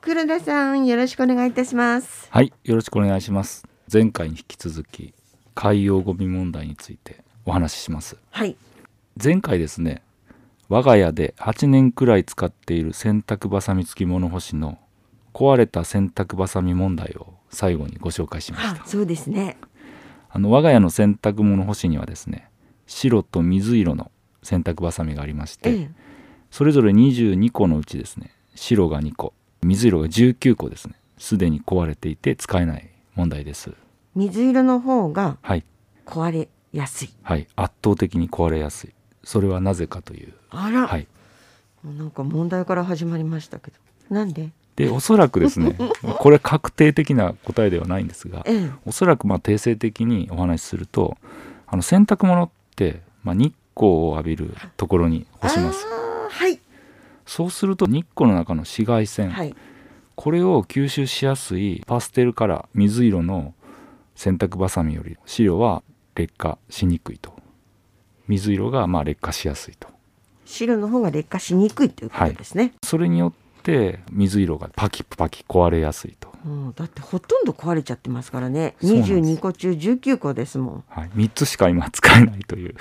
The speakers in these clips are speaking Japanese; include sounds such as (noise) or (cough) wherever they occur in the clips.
黒田さんよろしくお願いいたしますはいよろしくお願いします前回に引き続き海洋ゴミ問題についてお話ししますはい前回ですね我が家で8年くらい使っている洗濯バサミ付き物干しの壊れた洗濯バサミ問題を最後にご紹介しましたあそうですねあの我が家の洗濯物干しにはですね白と水色の洗濯バサミがありまして、ええそれぞれ22個のうちですね白が2個水色が19個ですねすでに壊れていて使えない問題です水色の方がはい壊れやすいはい圧倒的に壊れやすいそれはなぜかというあら、はいもうなんか問題から始まりましたけどなんででおそらくで (laughs) すねこれ確定的な答えではないんですがええおそらくまあ定性的にお話しするとあの洗濯物って、まあ、日光を浴びるところに干しますあーはいそうすると日光の中の紫外線、はいこれを吸収しやすいパステルカラー水色の洗濯バサミより白は劣化しにくいと水色がまあ劣化しやすいと白の方が劣化しにくいということですね、それによって水色がパキパキ壊れやすいと、もうだってほとんど壊れちゃってますからねそうなんです22個中19個ですもんはい、3つしか今使えないという、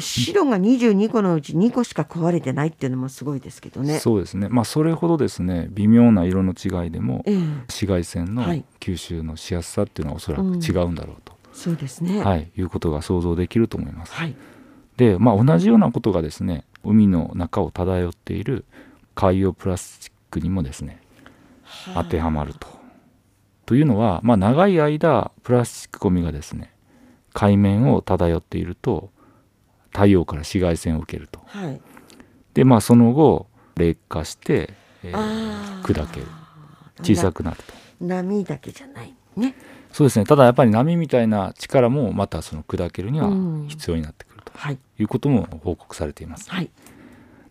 白が22個のうち2個しか壊れてないっていうのもすごいですけどねそうですねまあそれほどですね微妙な色の違いでもええ紫外線のはい吸収のしやすさっていうのはおそらく違うんだろうと、そうですねはいいうことが想像できると思います。はいで、まあ、同じようなことがですね海の中を漂っている海洋プラスチックにもですね当てはまると。というのは、まあ、長い間プラスチックゴミがですね海面を漂っていると太陽から紫外線を受けると。はいでまあその後劣化して、えーあー砕ける小さくなると。な波だけじゃないねそうですねただやっぱり波みたいな力もまたその砕けるにはうん必要になってくるとはいいうことも報告されています。はい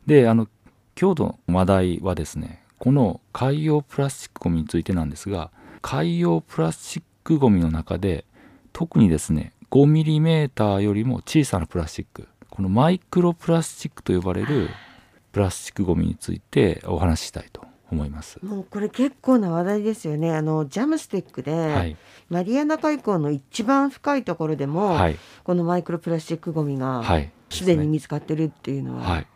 であの今日の話題はですねこの海洋プラスチックごみについてなんですが海洋プラスチックごみの中で特にですね5ミリメーターよりも小さなプラスチックこのマイクロプラスチックと呼ばれるプラスチックごみについてお話ししたいと思います。もうこれ結構な話題ですよねあのジャムスティックで、はい、マリアナ海溝の一番深いところでも、はい、このマイクロプラスチックごみがはい、すでに見つかってるっていうのは、はい、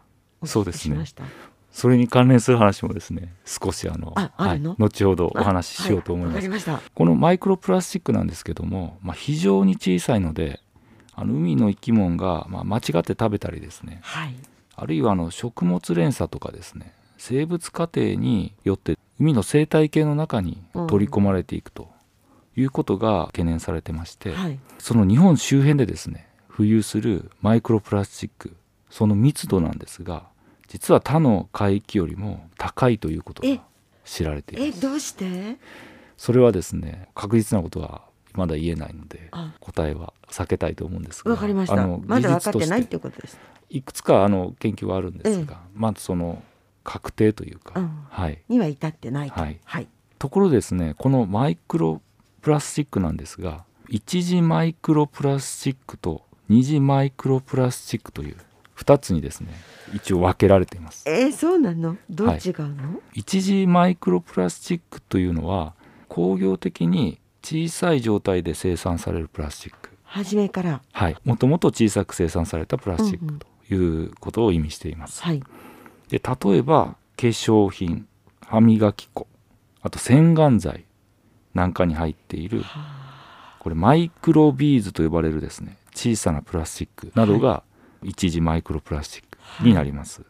お聞きそうですねしましたそれに関連する話もですね少しあのああるのはい、後ほどお話ししようと思いまあはすわかりましたこのマイクロプラスチックなんですけども、まあ、非常に小さいのであの海の生き物が、まあ、間違って食べたりですねはいあるいはあの食物連鎖とかですね生物過程によって海の生態系の中に取り込まれていくということが懸念されてまして、はいその日本周辺でですね浮遊するマイクロプラスチックその密度なんですが実は他の海域よりも高いということえが知られています。えどうしてそれはですね確実なことはまだ言えないのであ答えは避けたいと思うんですがわかりましあたのまだ分技か術ってとないっしていうことですいくつかあの研究はあるんですが、まずその確定というか、うんはい、には至ってないとはいはい、ところですねこのマイクロプラスチックなんですが一次マイクロプラスチックと二次マイクロプラスチックという2つにですね一応分けられていますえー、そうなのどう違うの、一次マイクロプラスチックというのは工業的に小さい状態で生産されるプラスチック初めからはい、もともと小さく生産されたプラスチッうんうクんということを意味しています。はいで例えば化粧品歯磨き粉あと洗顔剤なんかに入っているこれマイクロビーズと呼ばれるですね小さなプラスチックなどが一次マイクロプラスチックになります。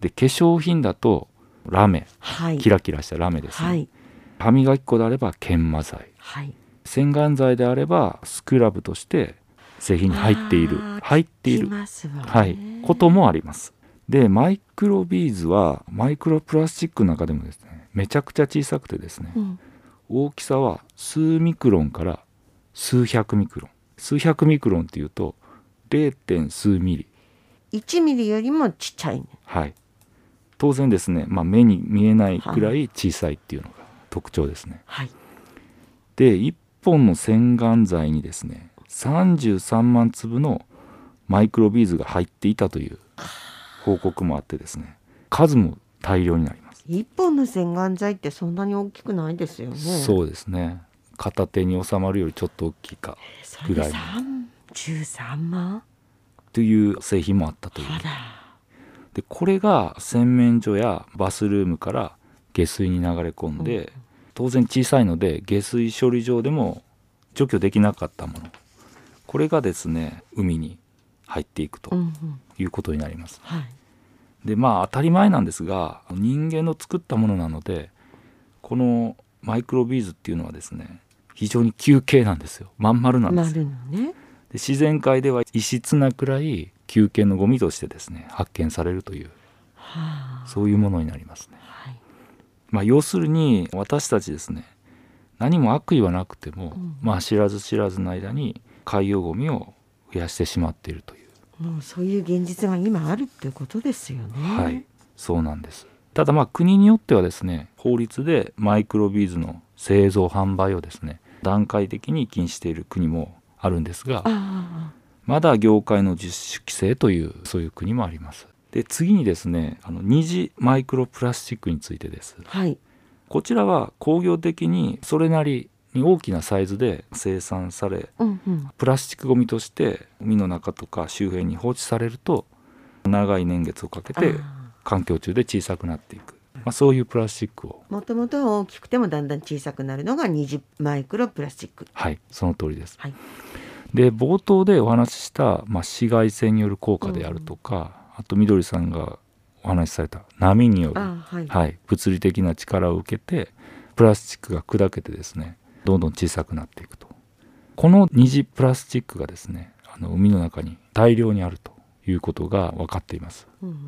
で化粧品だとラメはいキラキラしたラメですね、はい歯磨き粉であれば研磨剤はい洗顔剤であればスクラブとして製品に入っているあー入っていいるますわねはい、こともあります。でマイクロビーズはマイクロプラスチックの中でもですねめちゃくちゃ小さくてですね、うん大きさは数ミクロンから数百ミクロン数百ミクロンっていうと 0. 数ミリ1ミリよりもちっちゃいねはい当然ですね、まあ、目に見えないくらい小さいっていうのが特徴ですね。はいで1本の洗顔剤にですね33万粒のマイクロビーズが入っていたという報告もあってですね数も大量になります一本の洗顔剤ってそんなに大きくないですよね。そうですね片手に収まるよりちょっと大きいかそれでぐらいの三十三万。という製品もあったというあら。でこれが洗面所やバスルームから下水に流れ込んで、うん当然小さいので下水処理場でも除去できなかったものこれがですね海に入っていくうんとうん。いうことになります、はい。でまあ当たり前なんですが人間の作ったものなのでこのマイクロビーズっていうのはですね非常に球形なんですよまん丸なんですよ丸のね。で自然界では異質なくらい球形のゴミとしてですね発見されるというはあ。そういうものになりますね。はい。まあ、要するに私たちですね何も悪意はなくても、うんまあ、知らず知らずの間に海洋ゴミを増やしてしまっているという、もうそういう現実が今あるっていうことですよね。はい。そうなんですただまあ国によってはですね法律でマイクロビーズの製造販売をですね段階的に禁止している国もあるんですがあまだ業界の自主規制というそういう国もありますで次にですねあの二次マイクロプラスチックについてですあ。はい。こちらは工業的にそれなりに大きなサイズで生産されうんうん。プラスチックごみとして海の中とか周辺に放置されると長い年月をかけてあ環境中で小さくなっていく、まあ、そういうプラスチックをあ。もともとは大きくてもだんだん小さくなるのが20マイクロプラスチック。はいその通りです、はいで冒頭でお話しした、まあ、紫外線による効果であるとか、あとみどりさんがお話しされた波によるああはい。はい、物理的な力を受けてプラスチックが砕けてですねどんどん小さくなっていくとこの二次プラスチックがですねあの海の中に大量にあるということが分かっていますうんうん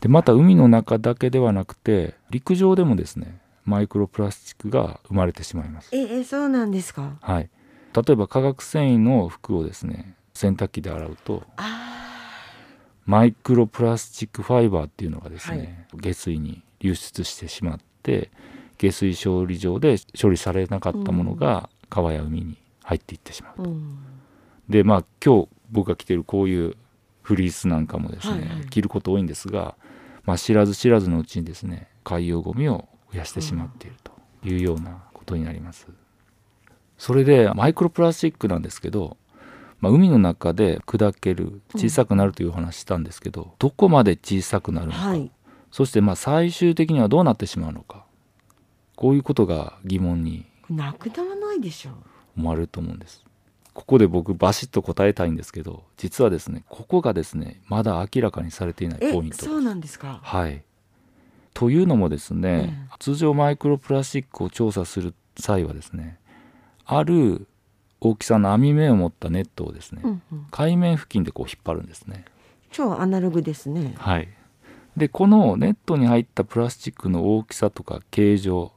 でまた海の中だけではなくて陸上でもですねマイクロプラスチックが生まれてしまいます、ええそうなんですか。はい、例えば化学繊維の服をですね洗濯機で洗うとあマイクロプラスチックファイバーっていうのがですはね、下水に流出してしまって下水処理場で処理されなかったものが川や海に入っていってしまあ。う。うん。でまあ今日僕が着てるこういうフリースなんかもですはいね、はい着ること多いんですが、まあ、知らず知らずのうちにですね海洋ゴミを増やしてしまっているというようなことになります。それでマイクロプラスチックなんですけど、まあ、海の中で砕ける小さくなるというお話したんですけど、どこまで小さくなるのか、はい。そしてまあ最終的にはどうなってしまうのかこういうことが疑問になくならないでしょう。思われると思うんですここで僕バシッと答えたいんですけど実はですねここがですねまだ明らかにされていないえポイントそうなんですか。はいというのもですね、通常マイクロプラスチックを調査する際はですねある大きさの網目を持ったネットをですね、うんうん。海面付近でこう引っ張るんですね超アナログですね。はいでこのネットに入ったプラスチックの大きさとか形状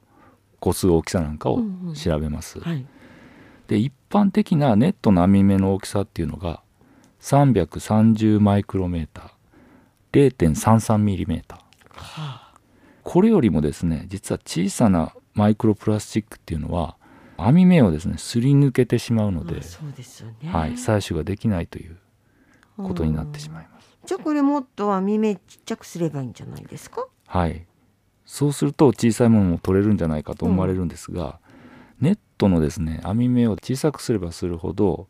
個数大きさなんかをうんうん調べます、はい。で一般的なネットの網目の大きさっていうのが330マイクロメーター0.33ミリメーターはあ。これよりもですね実は小さなマイクロプラスチックっていうのは網目をですねすり抜けてしまうのでまあ、そうですよね。はい、採取ができないということになってしうまん。います。じゃあこれもっと網目ちっちゃくすればいいんじゃないですか。はい、そうすると小さいものも取れるんじゃないかと思われるんですが、ネットのですね網目を小さくすればするほど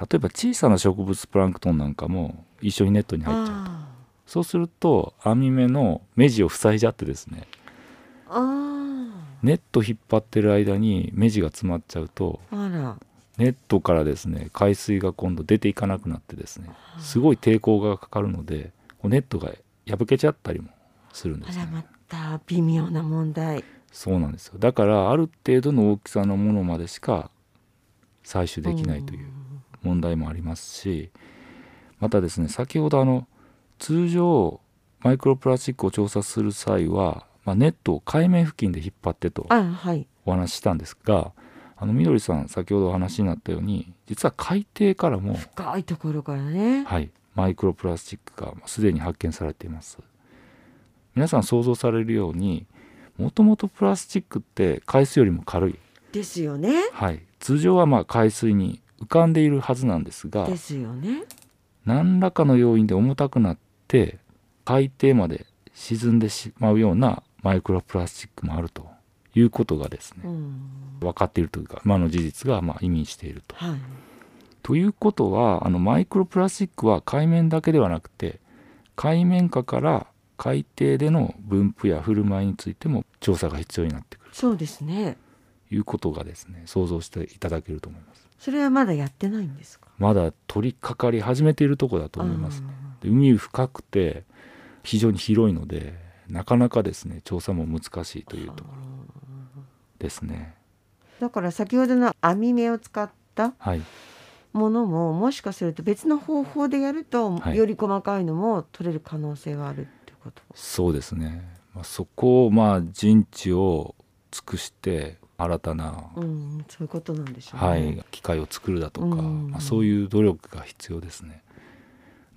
例えば小さな植物プランクトンなんかも一緒にネットに入っちゃうあそうすると網目の目地を塞いじゃってですねあ。あネット引っ張ってる間に目地が詰まっちゃうとあ。あら。ネットからですね海水が今度出ていかなくなってですねすごい抵抗がかかるのでこうネットが破けちゃったりもするんであすらねまた微妙な問題。そうなんですよだからある程度の大きさのものまでしか採取できないという問題もありますしまたですね先ほどあの通常マイクロプラスチックを調査する際は、まあ、ネットを海面付近で引っ張ってとあはい。お話ししたんですがあのみどりさん先ほどお話になったように実は海底からも深いところからね。はい、マイクロプラスチックがすでに発見されています皆さん想像されるようにもともとプラスチックって海水よりも軽い、ですよね。はい、通常はまあ海水に浮かんでいるはずなんですがですよね。何らかの要因で重たくなって海底まで沈んでしまうようなマイクロプラスチックもあるということがですねうん分かっているというか今の事実がまあ意味していると。はいということはあのマイクロプラスチックは海面だけではなくて海面下から海底での分布や振る舞いについても調査が必要になってくるそうですねということがですね想像していただけると思いますそれはまだやってないんですかまだ取り掛かり始めているところだと思いますねあで海深くて非常に広いのでなかなかですね調査も難しいとーいうところですねだから先ほどの網目を使ったはいものももしかすると別の方法でやると、はいより細かいのも取れる可能性はあるってことそうですね、まあ、そこをまあ人知を尽くして新たなうんそういうことなんでしょうね、はい、機械を作るだとか、うんまあ、そういう努力が必要ですね。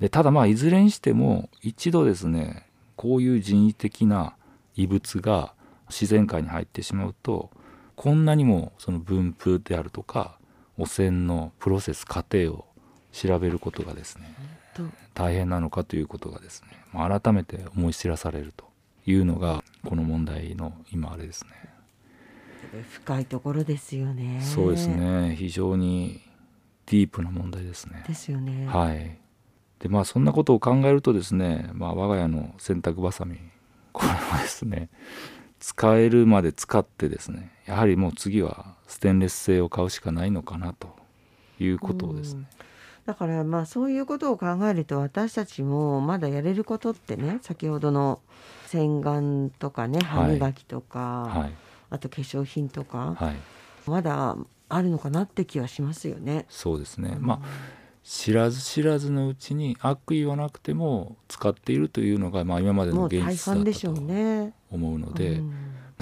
でただまあいずれにしても一度ですねこういう人為的な異物が自然界に入ってしまうとこんなにもその分布であるとか汚染のプロセス過程を調べることがですねと大変なのかということがですね、まあ、改めて思い知らされるというのがこの問題の今あれですね。深いところですよねそうですね非常にディープな問題ですね。ですよねはいでまあそんなことを考えるとですね、まあ、我が家の洗濯ばさみこれもですね使えるまで使ってですねやはりもう次はステンレス製を買うしかないのかなということをですね、だからまあそういうことを考えると私たちもまだやれることってね先ほどの洗顔とかね歯はい磨きとか、はいあと化粧品とか、はいまだあるのかなって気はしますよね。そうですね、うんまあ知らず知らずのうちに悪意はなくても使っているというのが、まあ、今までのもう現大実だ半っでたしょうとね。思うので。うん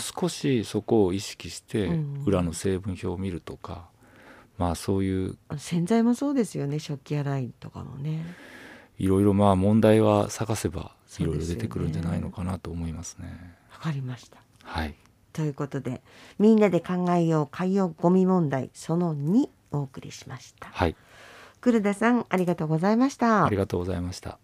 少しそこを意識してうん裏の成分表を見るとか、まあそういう洗剤もそうですよね食器洗いとかもねいろいろまあ問題は探せばいそうろいでろすよね出てくるんじゃないのかなと思いますね。わかりましたはい、ということでみんなで考えよう海洋ゴミ問題その2お送りしましたはい、黒田さんありがとうございましたありがとうございました。